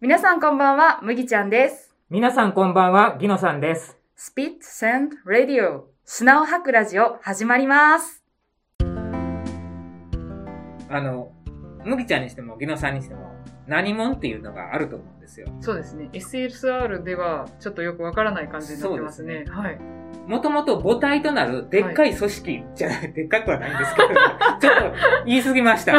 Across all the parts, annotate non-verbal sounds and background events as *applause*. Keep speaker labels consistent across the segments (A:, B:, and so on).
A: 皆さんこんばんは、麦ちゃんです。
B: 皆さんこんばんは、ギノさんです。
A: Spit Sand Radio 砂を吐くラジオ始まります。
B: あの、麦ちゃんにしても、ギノさんにしても、何もんっていうのがあると思うんですよ。
C: そうですね。SLSR ではちょっとよくわからない感じになってます
B: そう
C: ね。
B: で
C: はい。
B: もともと母体となる、でっかい組織、じゃない、でっかくはないんですけど、 *laughs* ちょっと言い過ぎま *laughs* した。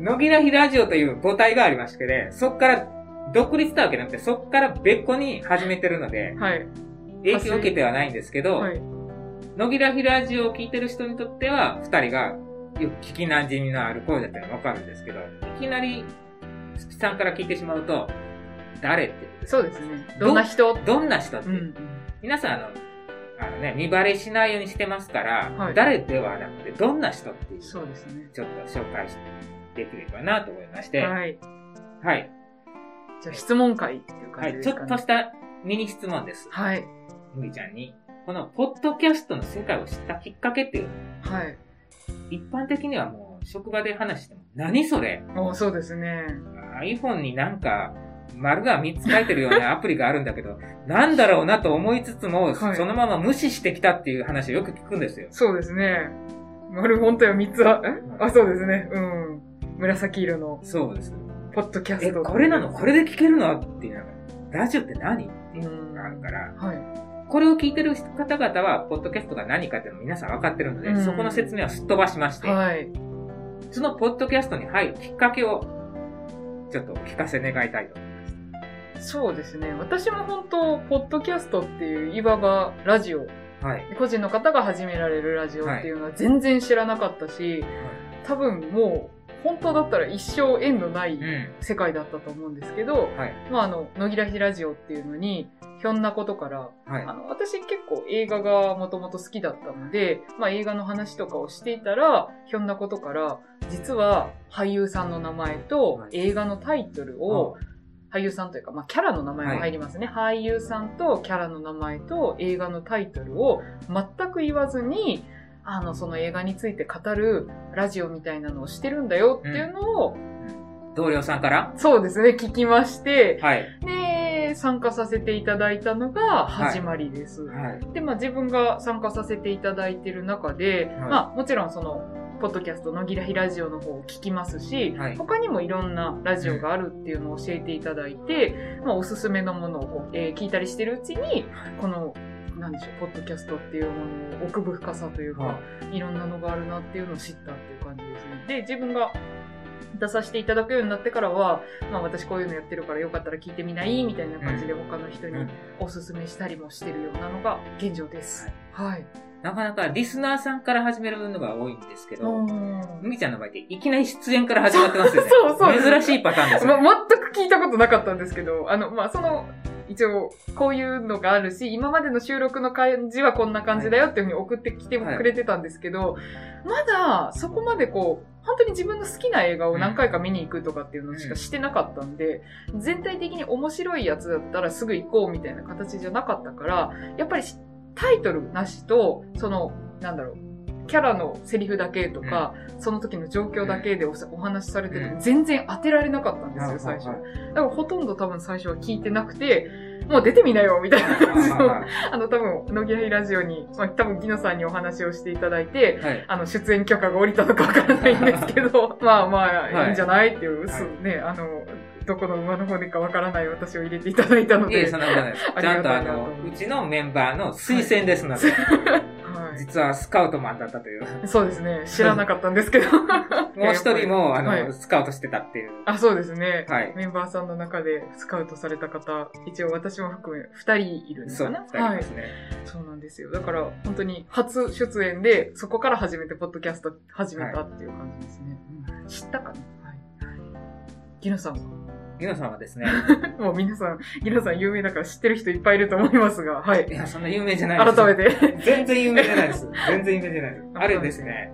B: 野木らひラジオという母体がありましてね、そっから独立したわけじゃなくて、そっから別個に始めてるので、
C: はい。
B: 影響を受けてはないんですけど、
C: はい。
B: 野木らひラジオを聞いてる人にとっては、二人がよく聞き馴染みのある講座っていうのがわかるんですけど、いきなり、スピさんから聞いてしまうと、誰って、
C: そうですね。
B: ど
C: どんな人
B: どんな人って、
C: うん。
B: 皆さんあの、あのね、見バレしないようにしてますから、
C: はい
B: 誰ではなくて、どんな人っていう、ちょっ
C: そうですね。
B: と紹介してできればなと思いまして、はい。
C: はい。
B: はい。
C: じゃあ質問会っていう感じで
B: ちょ
C: すか
B: っ
C: ね。
B: としたミニ質問です。
C: はい。
B: むぎちゃんに。この、ポッドキャストの世界を知ったきっかけっていう、
C: はい。
B: 一般的にはもう、職場で話しても、何それ
C: おそうですね。
B: iPhone になんか、丸が3つ書いてるようなアプリがあるんだけ *laughs* ど、なんだろうなと思いつつも、
C: はい
B: そのまま無視してきたっていう話をよく聞くんですよ。
C: そうですね。丸本体は3つは、えあ、そうですね。うん。紫色の
B: そうです。
C: ポッドキャ
B: え、
C: スト。
B: これなのこれで聞けるのっていうのが、ラジオって何って
C: う
B: いうの
C: ん。
B: がある
C: は
B: から、
C: い。
B: これを聞いてる方々は、ポッドキャストが何かっていうのを皆さん分かってるので、
C: うん
B: そこの説明はすっ飛ばしまして、
C: はい。
B: そのポッドキャストに入るきっかけを、ちょっとお聞かせ願いたいと思います。
C: そうですね。私も本当、ポッドキャストっていう、いわばラジオ
B: はい。
C: 個人の方が始められるラジオっていうのは全然知らなかったし、多分もう本当だったら一生縁のないう世界だったと思うんですけど、
B: ん。はい。
C: まああの、野木らひラジオっていうのに、ひょんなことから、
B: はい
C: あ。の、私結構映画がもともと好きだったので、まあ映画の話とかをしていたら、ひょんなことから、実は俳優さんの名前と
B: はい
C: 映画のタイトルを、俳優さんというか、まあ、キャラの名前も入りますね、俳優さんとキャラの名前と映画のタイトルを全く言わずにあのその映画について語るラジオみたいなのをしてるんだよっていうのを、
B: 同僚さんから
C: そうですね聞きまして
B: はい。
C: で参加させていただいたのが始まりです、
B: はい。
C: で、まあ、自分が参加させていただいてる中で、
B: はい
C: まあ、もちろんその、ポッドキャストのギラヒラジオの方を聞きますし、
B: はい
C: 他にもいろんなラジオがあるっていうのを教えていただいて、まあ、おすすめのものをこう、えー聞いたりしてるうちに、この、なんでしょう、ポッドキャストっていうものの奥深さというか、、
B: はい
C: ろんなのがあるなっていうのを知ったっていう感じですね。で、自分が出させていただくようになってからは、まあ私こういうのやってるからよかったら聞いてみないみたいな感じで他の人に
B: うん
C: おすすめしたりもしてるようなのが現状です。はい。
B: なかなかリスナーさんから始めるのが多いんですけど、
C: うん
B: むぎちゃんの場合っていきなり出演から始まってますよね。
C: そうそうそう
B: 珍しいパターンですね。
C: ま、全く聞いたことなかったんですけど、あの、まあ、その、一応、こういうのがあるし、今までの収録の感じはこんな感じだよっていうふうに送ってきて
B: はい
C: くれてたんですけど、まだ、そこまでこう、本当に自分の好きな映画を何回か見に行くとかっていうのしかしてなかったんで、全体的に面白いやつだったらすぐ行こうみたいな形じゃなかったから、やっぱりしタイトルなしと、その、なんだろう、キャラのセリフだけとか、その時の状況だけでおさお話しされてて
B: う
C: も全然当てられなかったんです
B: は
C: よ、
B: い
C: 最初。
B: はい
C: だからほとんど多分最初は聞いてなくて、もう出てみなよみたいな *laughs* 感じの、
B: は
C: あの多分、野木愛ラジオに、まあ多分、ギノさんにお話をしていただいて、
B: いはい。
C: あの、出演許可が下りたのかわからないんです
B: *laughs*
C: けど、まあま
B: はい
C: あ、いいんじゃないっていう、
B: はい
C: そうね、あの、どこの馬の骨かわからない私を入れていただいたの
B: いえ、
C: で、
B: そ
C: は
B: んなことないです。
C: あ
B: ち
C: り
B: ゃん
C: が
B: と
C: た
B: あ
C: いなと
B: の、うちのメンバーの推薦ですので、実はスカウトマンだったという。
C: い。そうですね、知らなかったんですけど。
B: *laughs* もう一
C: *laughs*
B: 人も、あ
C: はい
B: の、スカウトしてたっていう。
C: あ、そうですね。
B: はい。
C: メンバーさんの中でスカウトされた方、一応私も含め2人いるの
B: そ
C: か
B: う、
C: な
B: 二人
C: は
B: で
C: い
B: す。ね。
C: そうなんですよ。だから本当に初出演で、そこから初めてポッドキャスト始めたっていう感じですね。うん知ったかなはい。ギノさんは
B: ギノさんはですね、
C: もう皆さん、ギノさん有名だから知ってる人いっぱいいると思いますが、はい
B: い。や、そんな有名じゃないです。
C: 改めて。
B: て。全然有名じゃない
C: *laughs*
B: です。全然有名じゃないです。あるんですね。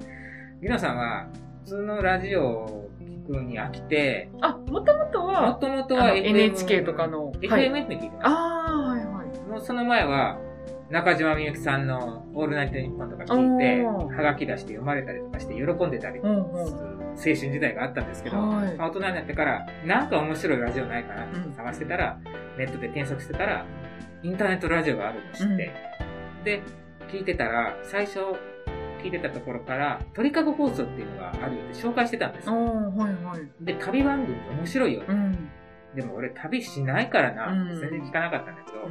B: ギノさんは、普通のラジオを聞くに飽きて、
C: あ、もともと
B: も
C: は、
B: ともと
C: あ
B: は
C: の
B: FM
C: NHK とかの、はい
B: FM って聞いてます。
C: ああ、はいはい。
B: もうその前は、中島みゆきさんの「オールナイトニッポン」とか聞いて、
C: おー
B: はがき出して読まれたりとかして喜んでたりす
C: う
B: る
C: んうん
B: 青春時代があったんですけど、
C: はい
B: まあ大人になってから、なんか面白いラジオないかなって
C: うん
B: 探してたら、ネットで検索してたら、インターネットラジオがあるの知って、で、聞いてたら、最初聞いてたところから、鳥かご放送っていうのがあるよって紹介してたんです
C: ああ、
B: よ。
C: はいはい。
B: で、旅番組面白いよ
C: う。ん。
B: でも俺旅しないからな、
C: うん
B: 全然聞かなかったんだけど、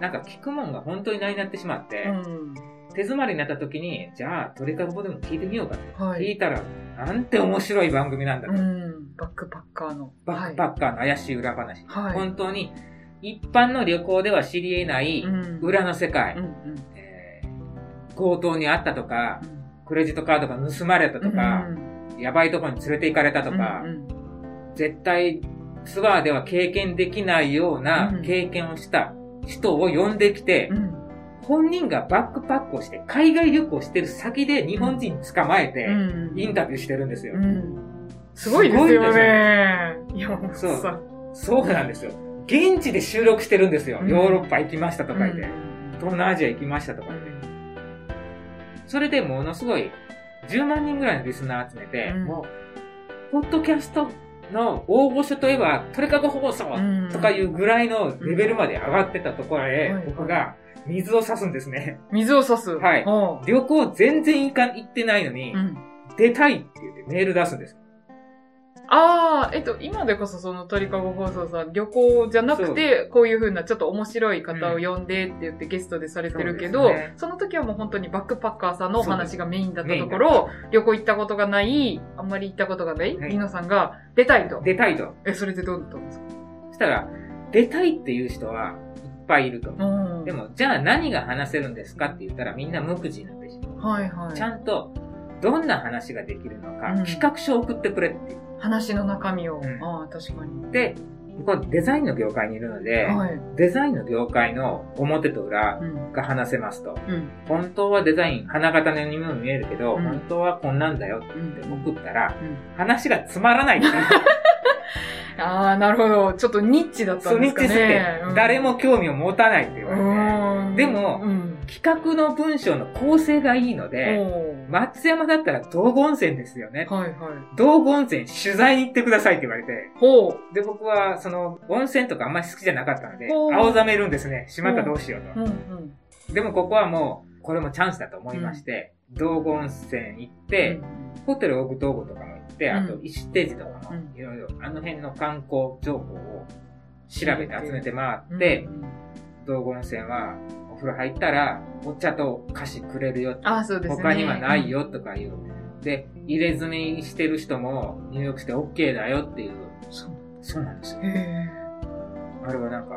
B: なんか聞くもんが本当にないなってしまって、
C: うん。
B: 手詰まりになった時に、じゃあ鳥かごでも聞いてみようかと。
C: は
B: 聞
C: い。
B: いたら、なんて面白い番組なんだと。
C: うん。バックパッカーの。
B: バックパッカーの怪しい裏話。
C: はい
B: 本当に、一般の旅行では知り得ない
C: うん
B: 裏の世界。
C: うんうん
B: えー強盗にあったとか、クレジットカードが盗まれた
C: う
B: と
C: ん。
B: か
C: う、ん
B: やばいとこに連れて行かれたとか、
C: うん
B: 絶対ツアーでは経験できないような
C: うん
B: 経験をした人を呼んできて、
C: うん。
B: 本人がバックパックをして、海外旅行してる先で日本人捕まえて、
C: うん
B: インタビューしてるんですよ。
C: うん。すごいですよね。いや、もう
B: そう
C: さ。
B: そうなんですよ。現地で収録してるんですよ。
C: うん
B: ヨーロッパ行きましたとか言って、
C: うん
B: 東南アジア行きましたとか言って。それでものすごい、10万人ぐらいのリスナー集めて、
C: うん
B: もう、ポッドキャストの大御所といえば、トリカゴ放送
C: うん
B: とかいうぐらいのレベルまで上がってたところへ
C: うん、
B: 僕が水を差すんですね。
C: 水を差す。
B: はい
C: おう
B: 旅行全然行か行ってないのに、
C: うん。
B: 出たいって言ってメール出すんです。
C: ああ、えっと、今でこそその鳥かご放送さん、旅行じゃなくて、こういうふうなちょっと面白い方を呼んでって言ってゲストでされてるけど、
B: そ
C: そ,、
B: うですね
C: の時はもう本当にバックパッカーさんのお話がメインだったところ、旅行行ったことがない、あんまり行ったことがない、
B: はい
C: リノさんが出たいと。
B: 出たいと。
C: え、それでどうだったんですか
B: そしたら、出たいっていう人はいっぱいいると。
C: うん
B: で、も、じゃあ何が話せるんですかって言ったらみんな無口になってしま
C: はいは
B: う。
C: い。
B: ちゃんと、どんな話ができるのか、
C: うん
B: 企画書を送ってくれって言っ
C: 話の中身を。
B: うん
C: ああ、確かに。
B: て、僕はデザインの業界にいるので、
C: はい。
B: デザインの業界の表と裏
C: うん。
B: が話せますと、
C: うん。
B: 本当はデザイン、花形のようにも見えるけど、
C: うん
B: 本当はこんなんだよ
C: う
B: って
C: ん。
B: 送ったら、
C: うん
B: 話がつまらないっていう。
C: *laughs* ああ、なるほど。ちょっとニッチだった
B: そ
C: ん
B: う、
C: で
B: ニ
C: す
B: ッ
C: か
B: チ
C: ね。
B: って、誰
C: も。
B: も興味を持たないって言われて、
C: うん。
B: でも
C: うん。
B: 企画の文章の構成がいいので、
C: おー
B: 松山だったら道後温泉ですよね。
C: はいはい。
B: 道後温泉取材に行ってくださいって言われて、
C: ほう。
B: で、僕はその温泉とかあんまり好きじゃなかったので、
C: ほう
B: 青ざめるんですね。しまったどうしよ
C: う
B: うん
C: うん。
B: と。でもここはもう、これもチャンスだと思いまして、道後温泉行って、ホテルオグ道後とかも行って、
C: うん
B: あと石手寺とか
C: うん
B: も、いろいろ、あの辺の観光情報を調べて集めて回
C: う
B: っ
C: ん、
B: て、
C: うん、
B: 道後温泉はお風呂入ったらお茶と菓子くれるよ
C: ああ、そうですね。
B: 他にはない。よとかいう。で、入れ墨してる人も入浴して OK だよっていう。
C: そう
B: そうなんですよ。
C: へえ。
B: あれはなんか、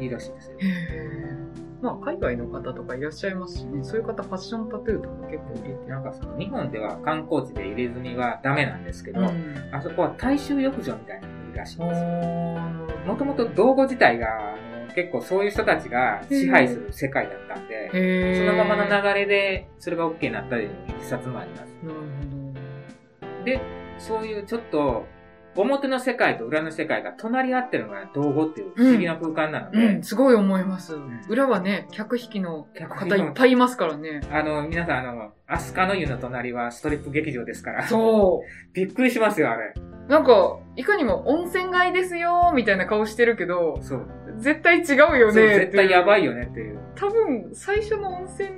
B: いいらしいですよ
C: へ。え。まあ、海外の方とかいらっしゃいますしね。そういう方、ファッションタトゥーとか結構入れて
B: なんかその、日本では観光地で入れ墨はダメなんですけど、
C: うん。
B: あそこは大衆浴場みたいなのがいるらしいんですよ。
C: おー
B: もともと道後自体が、あの結構そういう人たちが支配する世界だったんで、
C: へえ。
B: そのままの流れで、それが OK になったという一冊もあります。
C: なる
B: で、そういうちょっと、表の世界と裏の世界が隣り合ってるのが道後っていう不思議な空間なの
C: ほ
B: で、
C: ど。うん、すごい思います
B: ん。
C: 裏はね、客引きの
B: 客引き
C: 方
B: の
C: いっぱいいますからね。
B: あの、皆さん、あの、アスカの湯の隣はストリップ劇場ですから。う。
C: そう。
B: びっくりしますよ、あれ。
C: なんか、いかにも温泉街ですよーみたいな顔してるけど、
B: そう。
C: 絶対違う
B: そう
C: よねー
B: 絶対やば
C: い
B: いよねっていう。
C: 多分最初の温泉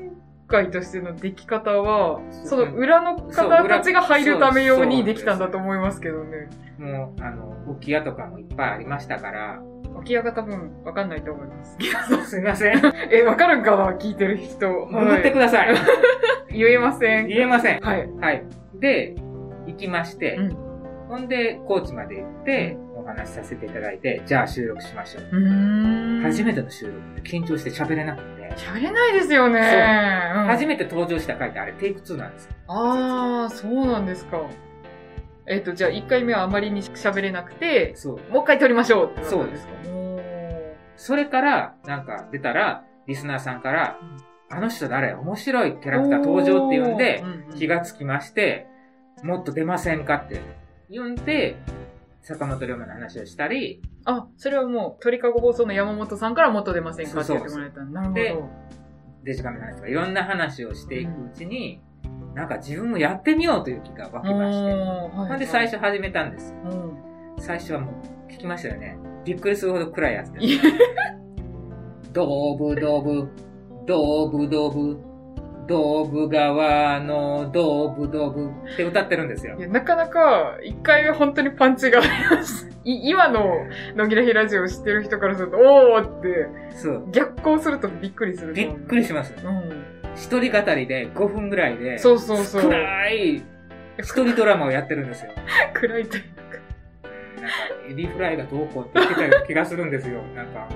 C: 街としての出来方は
B: そう
C: その裏の
B: そう
C: 方
B: 裏
C: たちが入るため用
B: そう
C: にできたんだと思いますけどね
B: もう、あの、浮き屋とかもいっぱいありましたから。
C: 空き家が多分わかんないと思います *laughs*
B: すいません。
C: えわかるんかな聞いてる人、
B: 潜ってください。
C: い、言えま
B: *laughs*
C: せん
B: 言えません。
C: はい。
B: はい。で、行きまして、
C: うん
B: ほんで、高知まで行って、お話しさせていただいて、じゃあ収録しましょう。
C: うーん
B: 初めての収録って緊張して喋れなくて、
C: 喋れないですよねうん
B: 初めて登場した回ってあれテイク2なんですよ。
C: ああそうなんですかえっ、とじゃあ1回目はあまりに喋れなくて
B: そう。
C: もう一回撮りましょうってなった
B: そうんで
C: ですすかおー
B: それから、なんか出たら、リスナーさんから、あの人誰面白いキャラクター登場って言うんで
C: お、ーうんうん
B: 気がつきまして、もっと出ませんかって言うんで、坂本龍馬の話をしたり、
C: あ、それはもう、鳥かご放送の山本さんからもっと出ませんかって言ってもらえた。なるほ
B: でデジカメの話とか、いろんな話をしていくうちに、なんか自分もやってみようという気が湧きまして。
C: な
B: なんで最
C: 初、
B: 初始めたんです。
C: うん
B: 最初はもう、聞きましたよね。びっくりするほど暗いやつで
C: い
B: *laughs*
C: や
B: す。ドブドブ、ドブドブ、ドブ川のドブドブって歌ってるんですよ
C: い。やなかなか、一回目本当にパンチがあります。 *laughs* い今の、野木らひラジオを知ってる人からすると、おーって、
B: そう。
C: 逆行するとびっくりすると
B: び
C: 思
B: っ
C: う。
B: くりします。
C: うん。
B: 一人語りで5分ぐらいで、
C: そうそうそう。
B: 暗い一人ドラマをやってるんですよ。
C: 暗いというか。
B: なんか、エディフライがどうこうって言ってたような気がするんですよ。なんか、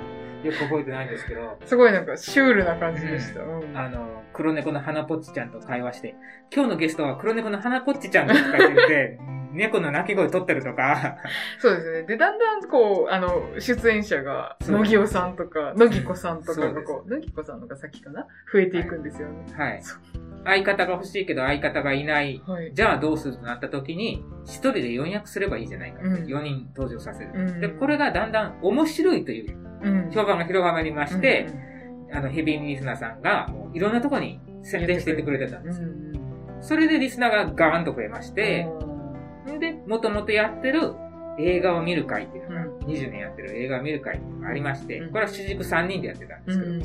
B: よく覚えてないんですけど。
C: すごいなんか、シュールな感じでした。うん
B: あの、黒猫の花ぽっちちゃんと会話して、今日のゲストは黒猫の花ぽっちちゃんですとか言ってて、猫の鳴き声取ってると
C: *laughs*
B: か、
C: そうですね。で、だんだん、こう、あの、出演者が、
B: そう
C: 野木おさんとか、野木子さんと
B: そ
C: か
B: う
C: が
B: です
C: こう、野木子さんのが先かな増えていくんですよね。
B: はい
C: そう。
B: 相方が欲しいけど相方がいない。
C: はい。
B: じゃあどうするとなった時に、一人で4役すればいいじゃないかって、
C: うん
B: 4人登場させる。
C: うん
B: で、これがだんだん面白いという
C: うん
B: 評判が広がりまして、
C: うん
B: あの、ヘビーリスナーさんが、もういろんなとこに宣伝していってくれてたんです。
C: うん
B: それでリスナーがガーンと増えまして、
C: うん
B: で、もともとやってる映画を見る会っていうのが、
C: うん
B: 20年やってる映画を見る会っていうのがありまして、
C: うん
B: これは主軸3人でやってたんですけど、
C: うん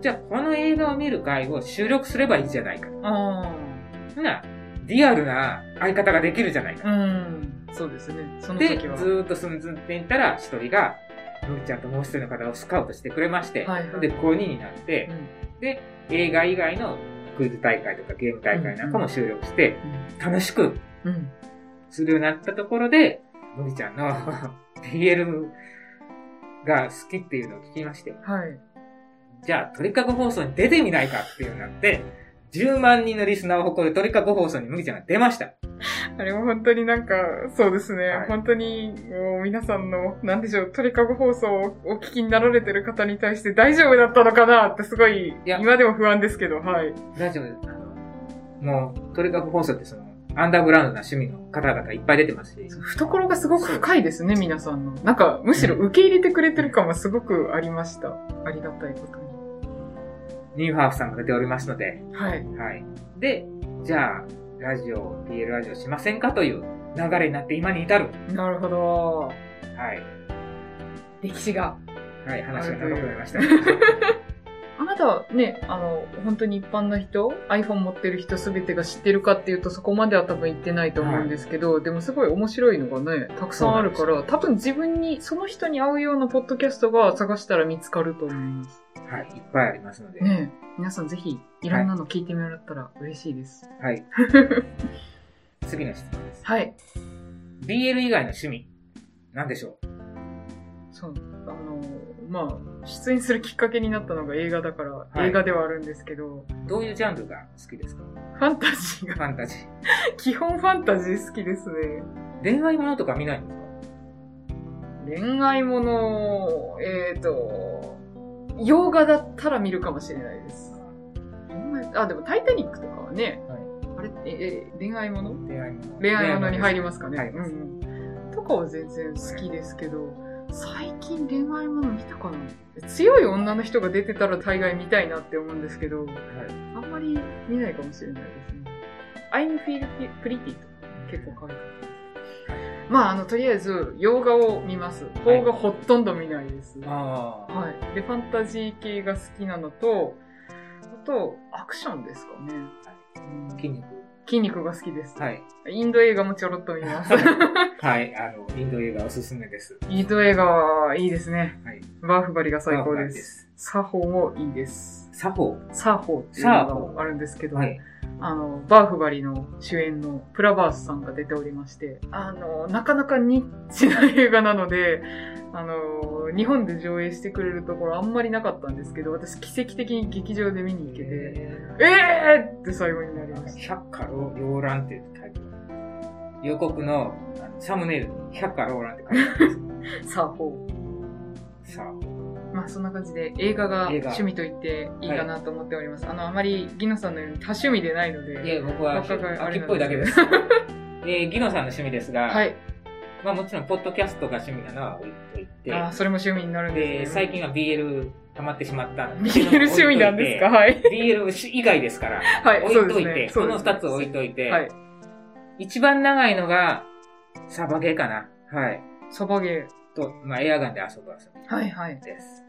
B: じゃあこの映画を見る会を収録すればいいじゃないかと。
C: あ
B: ほな、リアルな相方ができるじゃないか
C: あ、うん、そうですね。そ
B: と。
C: の
B: で、
C: 時は。
B: ずーっと進んでいったら、一人が、のりちゃんともう一人の方をスカウトしてくれまして、
C: はいはい
B: で、5人になって、で、映画以外のクイズ大会とかゲーム大会なんかも収録して、楽しく
C: うん、うん、
B: するようになったところで、のりちゃんの *laughs* BL が好きっていうのを聞きまして、
C: はい。
B: じゃあ、鳥かご放送に出てみないかっていうようになって、10万人のリスナーを誇る鳥かご放送に麦ちゃんが出ました。
C: あれも本当になんか、そうですね。
B: はい
C: 本当に、もう皆さんの、なんでしょう、鳥かご放送をお聞きになられてる方に対して大丈夫だったのかなってすごい、
B: いや
C: 今でも不安ですけど、はい。
B: 大丈夫です。あの、もう、鳥かご放送ってその、アンダーグラウンドな趣味の方々いっぱい出てますし、
C: 懐がすごく深いですね、皆さんの。なんか、むしろ受け入れてくれてる感はすごくありました。ありがたいことに。
B: ニューハーフさんが出ておりますので、
C: はい。
B: はい。で、じゃあ、ラジオ、BL ラジオしませんかという流れになって今に至る。
C: なるほど。
B: はい。
C: 歴史が。
B: はい、話が長くなりましたけど。
C: あなたはね、あの、本当に一般の人、iPhone 持ってる人すべてが知ってるかっていうとそこまでは多分言ってないと思うんですけど、でもすごい面白いのがね、たくさんあるか
B: そうな
C: ら、多分自分に、その人に合うようなポッドキャストが探したら見つかると思います。
B: はい、いっぱいありますので。
C: ねえ皆さんぜひ、いろんなの聞いてもらったら嬉しいです。 *laughs*
B: はい。次の質問です。
C: はい。
B: BL 以外の趣味、なんでしょう
C: そう、あの、まあ、出演するきっかけになったのが映画だから、
B: い
C: 映画ではあるんですけど、
B: どういうジャンルが好きですか
C: ファンタジー
B: フ
C: が、 *laughs*
B: ァンタジー。
C: 基本ファンタジー好きですね。
B: 恋愛ものとか見ないんですか
C: 恋愛もの、えっ、と、洋画だったら見るかもしれないです。恋愛あ、でもタイタニックとかはね、
B: はい
C: あれえ、え、恋愛もの
B: 恋愛もの。
C: 恋愛ものに入りますかね。
B: 入ります
C: うんうんとかは全然好きですけど、最近恋愛もの見たかな強い女の人が出てたら大概見たいなって思うんですけど、
B: は
C: あんまり見ないかもしれないですね。I'm feel pretty とか結構可愛かったです。まあ、あの、とりあえず、洋画を見ます。邦画ほとんど見ないです。
B: い。
C: は
B: ああ。
C: い。で、ファンタジー系が好きなのと、あと、アクションですかね。うん
B: 筋肉。
C: 筋肉が好きです。 *laughs*
B: はい。
C: インド映画もちょろっと
B: *laughs*
C: 見ます。
B: はい、あの、インド映画おすすめです。
C: インド映画はいいですね。
B: はい。
C: バーフバリが最
B: バ
C: 高
B: ーフバ
C: で
B: リですす。
C: 作法もいいです。
B: 作法。
C: 作法っていうのがあるんですけど、
B: はい。
C: あの、バーフバリの主演のプラバースさんが出ておりまして、あの、なかなかニッチな映画なので、あの、日本で上映してくれるところあんまりなかったんですけど、私奇跡的に劇場で見に行けて、えーって最後になりまし
B: 百花繚乱っていうタイトル。予告のあのサムネイルに百花繚乱って書いてあ
C: *laughs*
B: るんで
C: た。さあ、ほう。
B: す。さ
C: まあ、そんな感じで映画が
B: 映画
C: 趣味と言っていいかなと思っております。あの、あまりギノさんのように多趣味でないの
B: あ。い
C: で、
B: や、僕は
C: 若返りあれ
B: 秋っ
C: *laughs* なんです
B: ぽいだけです。えー、ギノさんの趣味ですが、
C: はい。
B: まあもちろん、ポッドキャストが趣味なのは置いといて、
C: あー、それも趣味になるんで
B: で、
C: すね。
B: 最近は BL 溜まってしまったので。。
C: BL 趣味なんですかはい
B: ?BL 以外ですから、
C: はい、
B: 置いとい
C: そうで
B: て、
C: すね
B: この二つ置いといて、
C: はい。
B: 一番長いのが、サバゲーかな。はい。
C: サバゲ
B: と、まあ、エアガンで遊ぶ遊
C: ー。はいはい。
B: びです。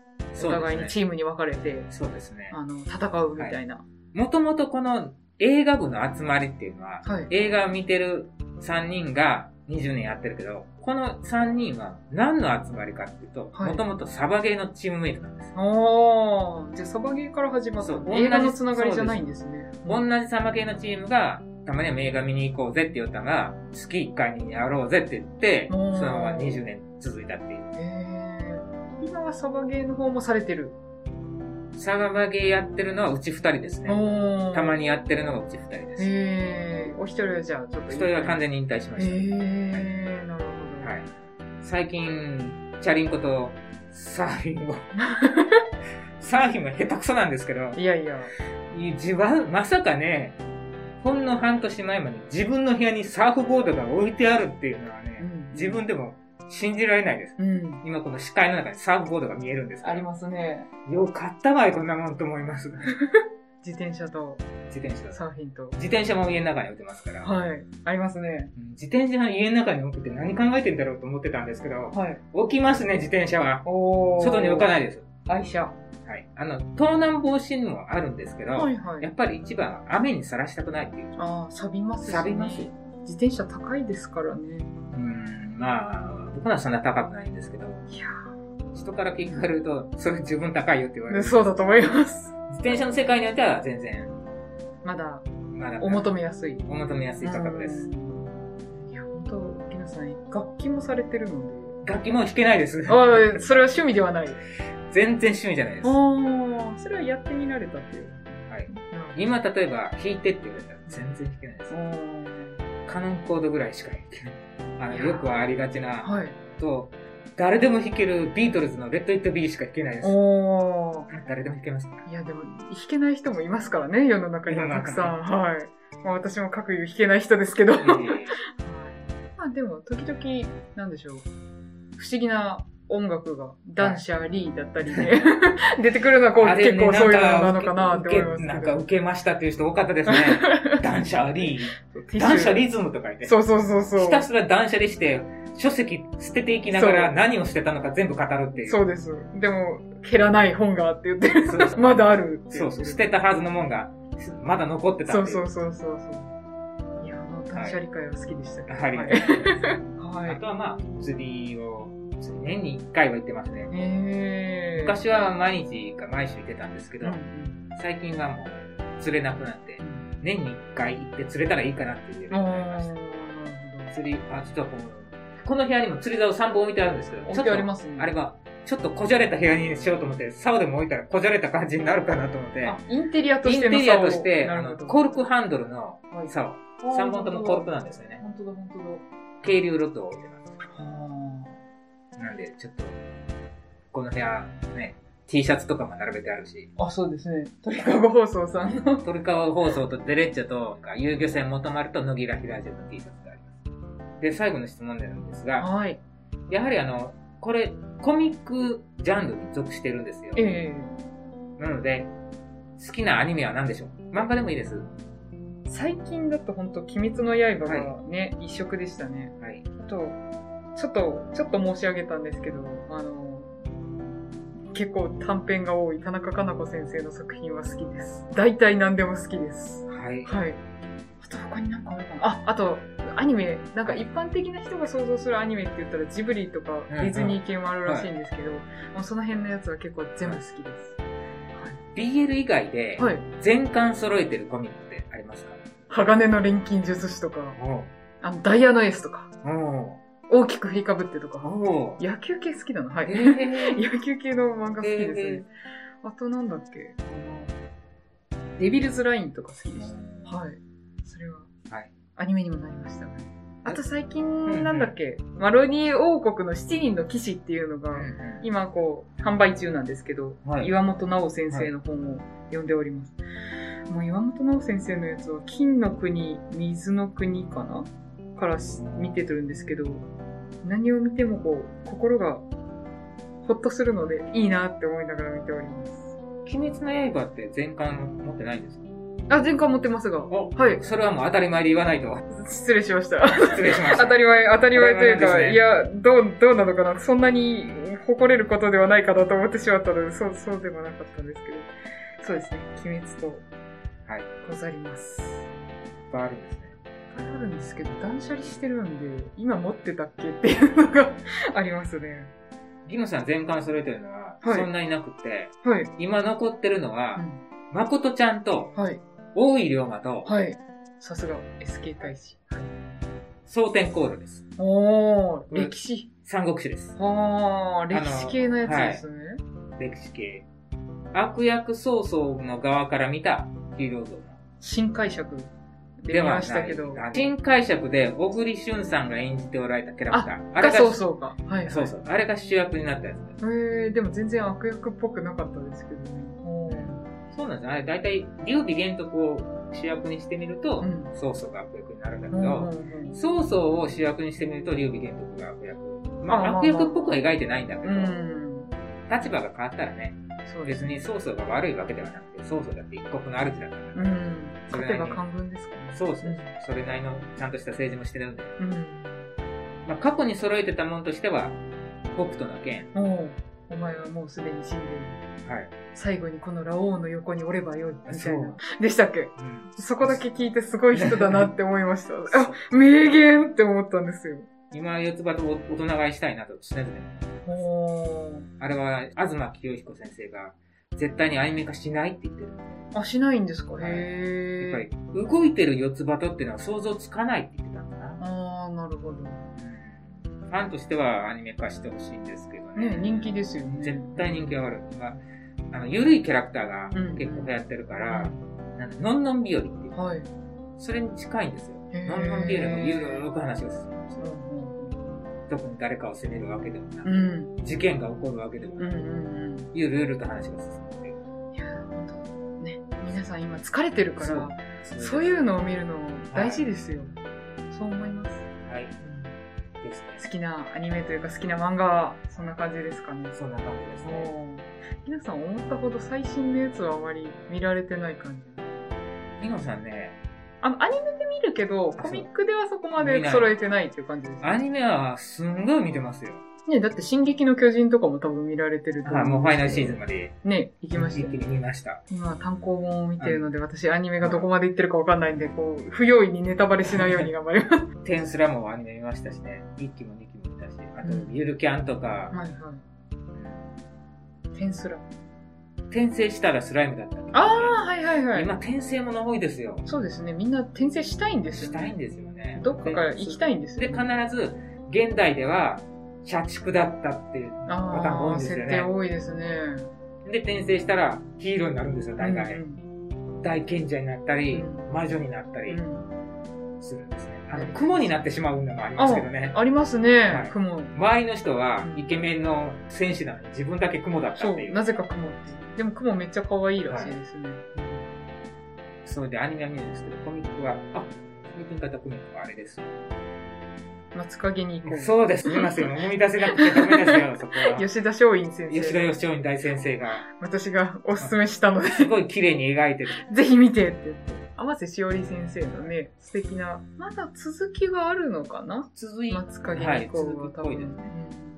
C: お互
B: そうで
C: いに
B: すね。
C: チームに分かれて、
B: そうですね。
C: あの、戦うみたいな。
B: もともとこの映画部の集まりっていうのは、
C: はい
B: 映画を見てる3人が20年やってるけど、この3人は何の集まりかっていうと、
C: はい
B: もともとサバゲーのチームメイトなんです。
C: おー。じゃあサバゲーから始まった
B: そう。
C: 映画のつながりじゃないんですね。
B: 同じサバゲーのチームが、たまには映画見に行こうぜって言ったのが、月1回にやろうぜって言って、そ
C: おー
B: のまま20年続いたっていう。
C: へー今はサバゲーの方もされてる。
B: サバゲーやってるのはうち2人ですね。
C: お
B: たま
C: に。
B: にやってるのがうち2人です。
C: へーお一人はじゃあちょっと。
B: 一人は完全に引退しました。
C: へーなるほど。
B: はい。最近、チャリンコとサーフィン
C: *laughs*
B: を。サーフィンも下手くそなんですけど、
C: いやいや。
B: 自分、まさかね、ほんの半年前まで自分の部屋にサーフボードが置いてあるっていうのはね、
C: うん
B: 自分でも信じられないです。
C: うん。
B: 今この視界の中にサーフボードが見えるんですけど
C: ありますね。
B: よかったわい、こんなもんと思い
C: *laughs*
B: ます。
C: 自転車と
B: 自転車。
C: サーフィンと。
B: 自転車も家の中に置いてますから。
C: はい。ありますね。
B: うん自転車の家の中に置くって何考えてんだろうと思ってたんですけど、
C: はい。
B: 置きますね、自転車は。
C: おー。
B: 外に置かない
C: い。
B: です。
C: 愛車。
B: はい。あの、盗難防止にもあるんですけど、
C: はいは
B: やっ
C: い。
B: ぱり一番は雨にさらしたくないっていう。
C: ああ、錆びますしね
B: 錆びますよ。
C: 自転車高いですからね。
B: うん、まあ、僕はそんな高くないんですけど、
C: いや
B: 人から聞かれると、それ自分高いよって言われ
C: ー
B: る。
C: そうだと思います。
B: 自転車の世界においては全然、
C: まだ
B: まだ、
C: お求めやすい。
B: お求めやすい価格です。
C: いや、本当皆さん、楽器もされてるので。
B: 楽器も弾けないです。
C: *laughs* ああ、それは趣味ではない。
B: *laughs* 全然趣味じゃないです。は
C: ああ、それはやってみられたっていう。
B: い。
C: なる
B: 今、例えば、弾いてって言われたら全然弾けないです
C: ほ。ど
B: カノンコードぐらいしか弾けない。あの、
C: いやー
B: よくありがちな、
C: はい。
B: と、誰でも弾けるビートルズのレッド・イット・ビーしか弾けないです。
C: おー。
B: 誰でも弾け
C: *laughs*
B: ます。
C: いや、でも、弾けない人もいますからね、世の中にはたくさん。はい。まあ、私も各有弾けない人ですけど。はいまあ、でも、時々、なんでしょう。不思議な音楽が、断捨離だったりね、 *laughs* 出てくるのはこう、
B: あれ
C: 結
B: ね
C: 構そういうのな
B: な
C: の
B: ん
C: かなって思います
B: 受け
C: けど。
B: なんか受けましたっていう人多かった
C: *laughs*
B: ですね。断捨リ
C: ティッシュ
B: 断捨リズムとか言って。
C: そうそうそうそう。
B: ひたすら断捨離して、書籍捨てていきながら
C: そう
B: 何を捨てたのか全部語るっていう。
C: そうです。でも、減らない本があって言ってる。
B: そうそう
C: まだあるって
B: そうそう。捨てたはずのもんが、まだ残ってたって
C: そ
B: いうう。
C: そうそうそうそう。いや、あの、断捨離会は好きでしたけど。
B: ありがとうございます
C: は
B: *laughs*
C: い。
B: あとはまあ、釣りを、年に1回は行ってますね。
C: えー。
B: 昔は毎日か毎週行ってたんですけ
C: う
B: ど、
C: ん
B: 最近はもう釣れなくなって、年に1回行って釣れたらいいかなっていう
C: うん。
B: になりまし
C: おー
B: た。釣り、あ、ちょっとこう、この部屋にも釣り竿3本置いてあるんですけど、。
C: 置いてありますすね。
B: あれは、ちょっとこじゃれた部屋にしようと思って、竿でも置いたらこじゃれた感じになるかなと思って
C: あ、インテリアと
B: イ
C: し
B: ン
C: て
B: テ
C: の
B: リアとして、
C: な
B: あ
C: るほ
B: の、
C: ど。
B: コルクハンドルの
C: はい
B: 竿、3本ともコルクなんですよね。
C: 本当だ、本当だ。
B: 渓流ロッドを置いてます。
C: は
B: なんで、ちょっと、この部屋、ね、T シャツとかも並べてあるし、
C: あ、あそうですね。鳥かご放送さんの。
B: トルカワ放送とデレッチャとか遊漁船元丸と野木らひらじゅの T シャツがあります。で、最後の質問でなんですが、
C: はい。
B: やはりあの、これ、コミックジャンルに属してるんですよ。
C: ええ
B: なので、好きなアニメは何でしょう漫画でもいいです。
C: 最近だと本当鬼滅の刃がね、一色でしたね。
B: はい。
C: あと、ちょっと、ちょっと申し上げたんですけど、あの、結構短編が多い田中かな子先生の作品は好きです。大体何でも好きです。
B: はい。
C: はい。あと他になんかあるかなあ、あと、アニメ、なんか一般的な人が想像するアニメって言ったらジブリとかディズニー系もあるらしいんですけど、もうその辺のやつは結構全部好きで。、
B: BL 以外です
C: はい。
B: 全巻揃えてるコミックってありますか
C: 鋼の錬金術師とか、
B: お
C: あの、ダイヤのエースとか、
B: お
C: 大きく振りかぶってと
B: お
C: か、
B: お
C: 野球系好きなのは
B: え
C: い。
B: ー
C: *laughs* 野球系の漫画好きですね。
B: え
C: あとなんだっけあのデビルズラインとか好きでし
B: ー
C: た。はい。それは、
B: はい
C: アニメにもなりましたね。あと最近なんだっけ、マロニー王国の7人の騎士っていうのが、今こう、販売中なんですけど、
B: はい
C: 岩本直先生の本を読んでおります。もう岩本直先生のやつは、金の国、水の国かなからし見ててるんですけど、何を見てもこう、心がほっとするので、いいなって思いながら見ております。
B: 鬼滅の刃って全巻持ってないんですか
C: あ、全巻持ってますが。
B: お
C: はい。
B: それはもう当たり前で言わないと。
C: 失礼しました。
B: 失礼しました。
C: 当たり前、当たり前という
B: 当
C: か、
B: たり前ですね
C: いや、どう、どうなのかな。そんなに誇れることではないかなと思ってしまったので、そう、そうでもなかったんですけど。そうですね。鬼滅と、
B: はい。
C: ございます。
B: いっぱいあるんですね。
C: あるんですけど、断捨離してるんで、今持ってたっけっていうのが *laughs* ありますね。
B: ギムさん全巻揃えてるのは、
C: はい
B: そんなになくて、
C: はい。
B: 今残ってるのは、
C: う
B: 誠ちゃんと、
C: ん、はい。
B: 大井龍馬と、
C: はい。さすが、SK 大使。
B: 蒼天コードです。
C: おー、
B: うん
C: 歴史。
B: 三国志です。
C: あー、歴史系のやつですね。
B: 歴史系。悪役曹操の側から見たヒーロー像
C: 新解釈
B: で
C: で見
B: は
C: ま
B: な
C: した
B: い
C: けど。。
B: 新解釈で、小栗旬さんが演じておられたキャラクター。あ
C: が
B: が
C: そうそうか。はい、はい。
B: そうそう。あれが主役になったやつです。
C: えー、でも全然悪役っぽくなかったですけどね。おー
B: そうなんですよあれ、大体、劉備玄徳を主役にしてみると、
C: うん
B: 曹操が悪役になるんだけ
C: うんうん
B: ど、
C: うん
B: 曹操を主役にしてみると、劉備玄徳が悪役。ま
C: あー
B: あ、悪役っぽくは描いてないんだけ
C: う
B: ど、
C: ん。
B: 立場が変わったらね、
C: そうです
B: 別
C: ね。
B: に曹操が悪いわけではなくて、曹操だって一国の主だから、
C: うん。
B: それなり
C: 勝て
B: に
C: ば官軍ですかね。
B: そうそう、それなりのちゃんとした政治もしてるんで、
C: うん。
B: まあ、過去に揃えてたものとしては、北斗の剣、
C: おうお前はもうすでに死んでいる。
B: はい。
C: 最後にこのラオウの横におればよい。みた
B: そ。
C: いうな。でしたっけ
B: うん
C: そこだけ聞いてすごい人だなって思いました。
B: そ
C: *laughs* あ
B: う
C: 名言って思ったんですよ。
B: 今、四つ葉とお大人買いしたいなと常々
C: お
B: あれは、東清彦先生が、絶対にアニメ化しないって言ってる。
C: あ、しないんですか
B: はい
C: へ
B: やっ
C: え。
B: ぱり、動いてる四つ葉とっていうのは想像つかないって言ってたんだな。
C: ああ、なるほど。
B: ファンとしてはアニメ化してほしいんですけどね。
C: ね、人気ですよね。
B: 絶対人気上がる。今、あの、ゆるいキャラクターが
C: うん
B: 結構流行ってるから、なんか、のんのん日和っていう。
C: はい。
B: それに近いんですよ。
C: へー
B: のんのん日和もゆるーく話をするんです
C: う
B: よ。
C: ん
B: 特に誰かを責めるわけでもなく、
C: うん
B: 事件が起こるわけでも
C: うんう
B: なく、
C: ん
B: ゆるゆると話が進んでいく
C: うん。いやー、ほんとね、皆さん今疲れてるか
B: そ
C: ら
B: う、
C: そういうのを見るの大事ですよ。そう思います。
B: はい。
C: うん
B: ですね。
C: 好きなアニメというか好きな漫画は、そんな感じですかね。
B: そんな感じですね。
C: おー皆さん思ったほど最新のやつはあまり見られてない感じ。
B: ニノさんね、
C: あの、アニメで見るけど、コミックではそこま
B: 見な
C: で
B: い
C: 揃えてないっていう感じです
B: ア
C: ね。
B: ニメはすんごい見てますよ。
C: ね、だって、進撃の巨人とかも多分見られてると思
B: はい、もうファイナルシー
C: ン。
B: ズンまで
C: ね、行きまし
B: 一
C: たよ
B: 気。に見ました。
C: 今、単行本を見てるので、私、アニメがどこまで行ってるかわかんないんで、こう、不用意にネタバレしないように頑張ります。
B: テンスラもアニメ見ましたしね、一期も二期も見たし、あと
C: うん
B: ゆるキャンとか、
C: はいはい。テンスラ。
B: 転生したらスライムだったりと
C: あ
B: かね
C: あ、はいはいはい。
B: 今転生もの多いですよ。
C: そうですね、みんな転生したいんです
B: し
C: よ
B: たい
C: ね
B: ん。ですよね。
C: どっかから行きたいんですよね
B: で、必ず、現代では、社畜だったっていうパターンが多い
C: あ
B: ん
C: あ、
B: です
C: 設
B: よ
C: 定
B: ね。
C: 多いですね。
B: で、転生したらヒーローになるんですよ、大概。
C: うん
B: 大賢者になったり
C: う、
B: 魔女になったり。
C: うんうん
B: するんですね。あの、雲になってしまうのもありますけどね。
C: あります
B: は
C: ね
B: い、
C: 雲。
B: 周りの人は
C: うん
B: イケメンの戦士なのに自分だけ雲だった
C: そ、
B: っていうう。
C: なぜか雲って。でも雲めっちゃ可愛いらしいですね。
B: そうでアニメは見るんですけど、コミックは、あ、最近買ったコミックはあれです。
C: 松陰に行こう。
B: そうです。見ますよ。思い出せなくてダメですよ、そこ
C: *laughs*
B: は。
C: 吉田松陰先生。
B: 吉田義雄大先生が、
C: 私がおすすめしたので、
B: すごい綺麗に描いてる。
C: ぜひ見てって言って。天瀬しおり先生のね、素敵な、まだ続きがあるのかな
B: 続い
C: 松陰
B: は
C: に
B: い、
C: 行こう
B: 続
C: は
B: きっ
C: 多
B: ぽ
C: 分。
B: いです
C: う
B: ね。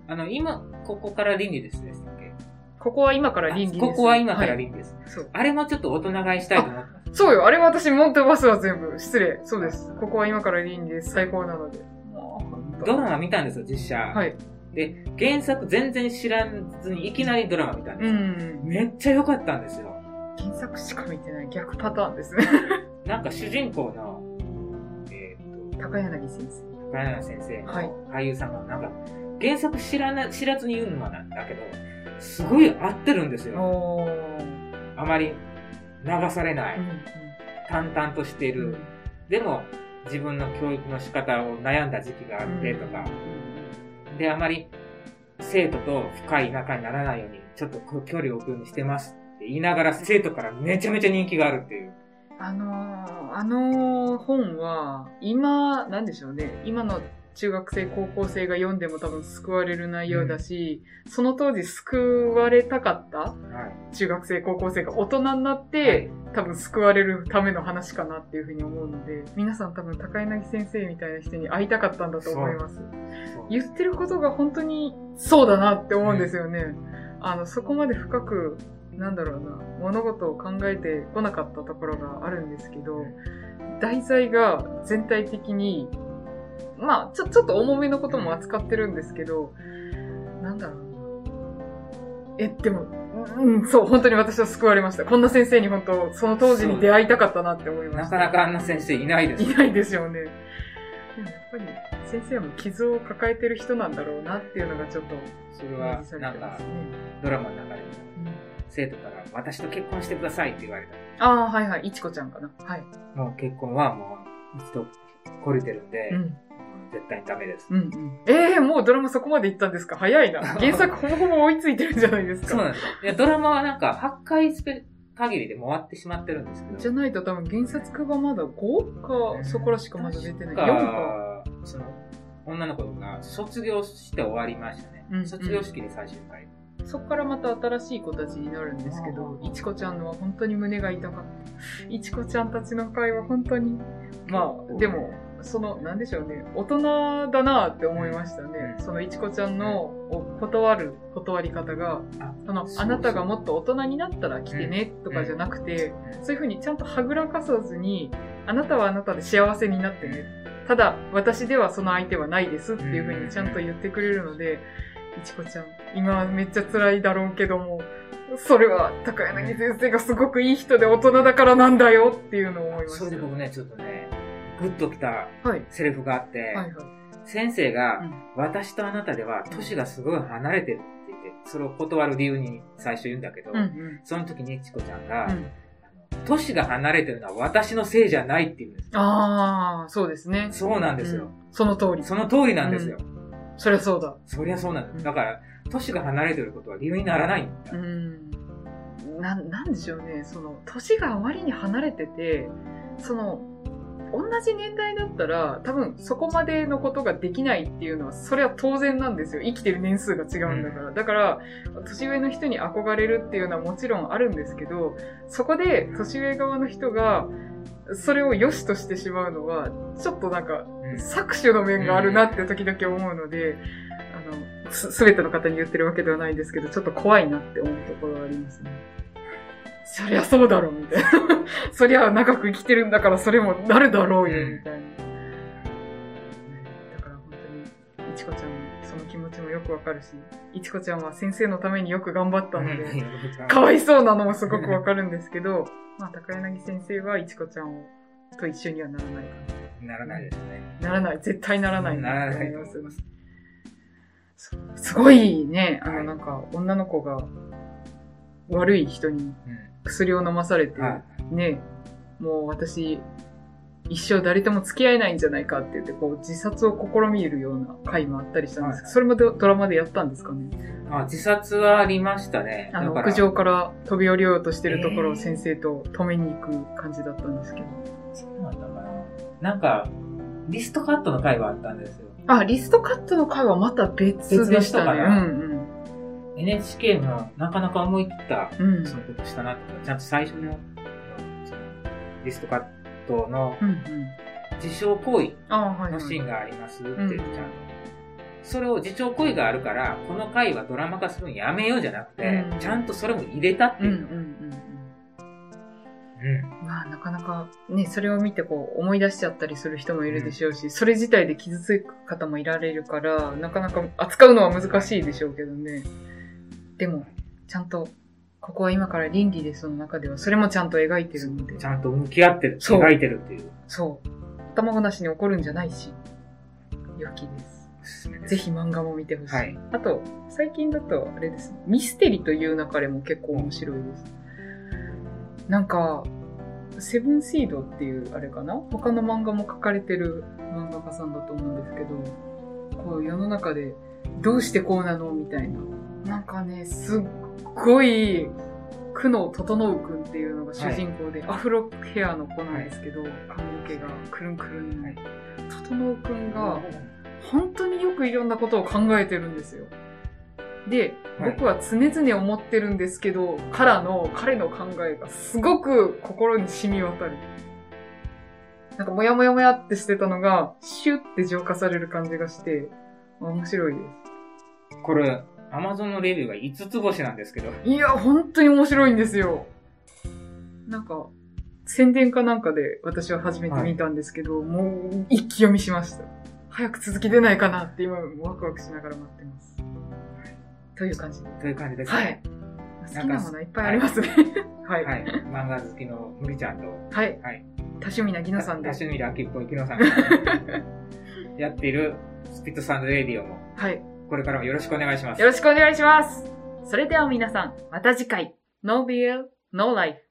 C: ん
B: あの、今、ここから倫理ですでしたっけ
C: ここは今から倫理です。
B: あここは今から
C: はい
B: 倫理です。
C: そう。
B: あれもちょっと大人買いしたいと思ってます。
C: そうよ、あれ私持ってますわ、全部。失礼。そうです。ここは今から倫理です。最高なので。もうほんと
B: ドラマ見たんですよ、実写。
C: はい。
B: で、原作全然知らずにいきなりドラマ見たん
C: う
B: です、
C: ん。
B: めっちゃ良かったんですよ。
C: 原作しか見てない逆パターンですね。 *laughs*
B: なんか主人公の、えーっ
C: 高柳先生。
B: と、高柳先生の
C: はい
B: 俳優さんが、なんか、原作知らな、知らずに言うのはなんだけど、すごい合ってるんですよ。
C: おー。
B: あまり流されない、淡々としてい
C: うんう
B: る。
C: ん
B: でも、自分の教育の仕方を悩んだ時期があってとか、で、あまり生徒と深い仲にならないように、ちょっとこう距離を置くようにしてますって言いながら、生徒からめちゃめちゃ人気があるっていう。
C: あのーあの本は、今、なんでしょうね、今の中学生、高校生が読んでも多分救われる内容だし、その当時救われたかった
B: はい。
C: 中学生、高校生が大人になって、
B: はい
C: 多分救われるための話かなっていうふうに思うので、皆さん多分高柳先生みたいな人に会いたかったんだと思います。
B: そう
C: 言ってることが本当にそうだなって思うんですよね。あの、そこまで深く、なんだろうな、物事を考えてこなかったところがあるんですけど、題材が全体的に、まあ、ちょ、ちょっと重めのことも扱ってるんですけど、なんだろうな。え、でも、うん、そう、本当に私は救われました。こんな先生に本当、その当時に出会いたかったなって思いま
B: な
C: し
B: か
C: た。
B: なかあんな先生いないです。
C: いないでしょうね。でもやっぱり先生も傷を抱えてる人なんだろうなっていうのがちょっと
B: それ
C: イメ
B: は
C: ージさ、れ
B: なん
C: てま
B: か
C: す、ね。
B: ドラマの中でも、
C: うん
B: 生徒から、私と結婚してくださいって言われた。
C: ああ、はいはい、いちこちゃんかな。はい。
B: もう結婚はもう、一度、懲りてるんで、
C: うん。
B: 絶対にダメです。
C: うんうん。ええもうドラマそこまで行ったんですか早
B: *laughs*
C: いな。原作ほぼほぼ追いついてるんじゃないですか。
B: そうなんですよ。いや、ドラマはなんか、8回スペ限りで回ってしまってるんですけど。
C: じゃないと多分原作がまだ5か、そこらしかまだ出てない。4か。
B: か、その、女の子が卒業して終わりましたね。
C: うん
B: 卒業式で最終回。
C: そこからまた新しい子たちになるんですけど、いちこちゃんのは本当に胸が痛かった。いちこちゃんたちの会は本当に、まあ、でも、その、なんでしょうね、大人だなって思いましたね。
B: うん
C: そのいちこちゃんのお断る断り方が、
B: あ
C: その
B: そうそう
C: あなたがもっと大人になったら来てねとかじゃなくて、そういうふうにちゃんとはぐらかさずに、あなたはあなたで幸せになってね。ただ、私ではその相手はないですっていうふうにちゃんと言ってくれるので、いちこちゃん、今はめっちゃ辛いだろうけども、それは高柳先生がすごくいい人で大人だからなんだよっていうのを思いまし
B: そ
C: た。
B: れで僕ね、ちょっとね、グッときた
C: はい。
B: セリフがあって、
C: はいはい。
B: 先生が、
C: うん
B: 私とあなたでは年がすごい離れてるって言って、それを断る理由に最初言うんだけど、
C: うんうん。
B: その時にチコちゃんが、
C: うん
B: 年が離れてるのは私のせいじゃないって言うんですよ。
C: ああ、そうですね。
B: そうなんですよ。
C: その通り。
B: その通りなんですよ。
C: そりゃそうだ。
B: そりゃそうなんで
C: うん
B: す。だから、年が離れてることは理由にならないんだ。
C: うん。な、なんでしょうね。その、年があまりに離れてて、その、同じ年代だったら、多分そこまでのことができないっていうのは、それは当然なんですよ。生きてる年数が違うんだから。だから、年上の人に憧れるっていうのはもちろんあるんですけど、そこで年上側の人が、それを良しとしてしまうのは、ちょっとなんか、
B: うん
C: 搾取の面があるなって時々思うので、あの、す、すべての方に言ってるわけではないんですけど、ちょっと怖いなって思うところはありますね。そりゃそうだろ、みたいな。 *laughs* そりゃ長く生きてるんだから、それもなるだろうよ、
B: うん
C: みたいな。だから本当に、いちこちゃんのその気持ちもよくわかるし、いちこちゃんは先生のためによく頑張ったので、かわいそうなのもすごくわかるんですけど、まあ、高柳先生はいちこちゃんを、と一緒にはならないかな。
B: ならないですね。
C: ならない。絶対ならない
B: ならないと思
C: と思い
B: い
C: ま
B: ますす。
C: すごいね、あ
B: は
C: の、
B: い
C: なんか、女の子が、悪い人に薬を飲まされて
B: うん。、はい。
C: ね、もう私、一生誰とも付き合えないんじゃないかって言って、こう、自殺を試みるような回もあったりしたんですけど、
B: は
C: それもドドラマでやったんですかね。
B: あ自殺はありましたね。
C: あ
B: だ
C: の、
B: から
C: 屋上から飛び降りようとしてるところ
B: えー
C: を先生と止めに行く感じだったんですけど。
B: そうなんだかな。なんか、リストカットの回があったんですよ。
C: あ、リストカットの回はまた別でしたね。
B: 別の人かな
C: うん
B: NHK のなかなか思い切った、
C: うん。うん。
B: そのことしたなとか、ちゃんと最初の、そのリストカットの
C: うんうん。
B: 自傷行為
C: ああ、はい、
B: の
C: はい。
B: シーンがありますって、
C: ん
B: ちゃんと。それを自傷行為があるから、この回はドラマ化するのやめようじゃなくて、
C: うん
B: ちゃんとそれも入れたって
C: うん
B: い
C: うん
B: う。
C: うん
B: うん
C: うん。まあ、なかなか、ね、それを見てこう、思い出しちゃったりする人もいるでしょうし、それ自体で傷つく方もいられるから、なかなか扱うのは難しいでしょうけどね。でも、ちゃんと、ここは今から倫理でその中では、それもちゃんと描いてるので
B: ち、ゃんと向き合ってる、
C: そう
B: 描いてるっていう。
C: そう。頭ごなしに怒るんじゃないし、良きです。
B: おすすめです
C: ぜひ漫画も見てほしい。
B: はい
C: あと、最近だと、あれですね、ミステリという流れも結構面白いです。なんか、セブンシードっていう、あれかな他の漫画も描かれてる漫画家さんだと思うんですけど、こう世の中で、どうしてこうなのみたいな。なんかね、すっごい、久能整くんっていうのが主人公で、アフロヘアの子なんですけど、髪の毛がくるんくるん。
B: はい
C: 整くんが、本当によくいろんなことを考えてるんですよ。で、
B: はい
C: 僕は常々思ってるんですけど、からの彼の考えがすごく心に染み渡る。なんかもやもやもやってしてたのが、シュッて浄化される感じがして、面白いで
B: これ、アマゾンのレビューが5つ星なんですけど、
C: す。いや、本当に面白いんですよ。なんか、宣伝かなんかで私は初めて見たんですけど、もう一気読みしました。早く続き出ないかなって今ワクワクしながら待ってます。という感じで。
B: という感じです。
C: はい。。好きなものいっぱいありますね。 *laughs* はい。
B: はい。漫画好きのむりちゃんと、
C: はい。
B: はい。
C: 多趣味なぎのさんで
B: 多
C: す。
B: 趣味で秋っぽい木野さ
C: *laughs*
B: んがやっているスピットサンドレディオも、
C: はい。
B: これからもよろしくお願いします
C: よ。ろしくお願いします。それでは皆さん、また次回。No BL, No Life.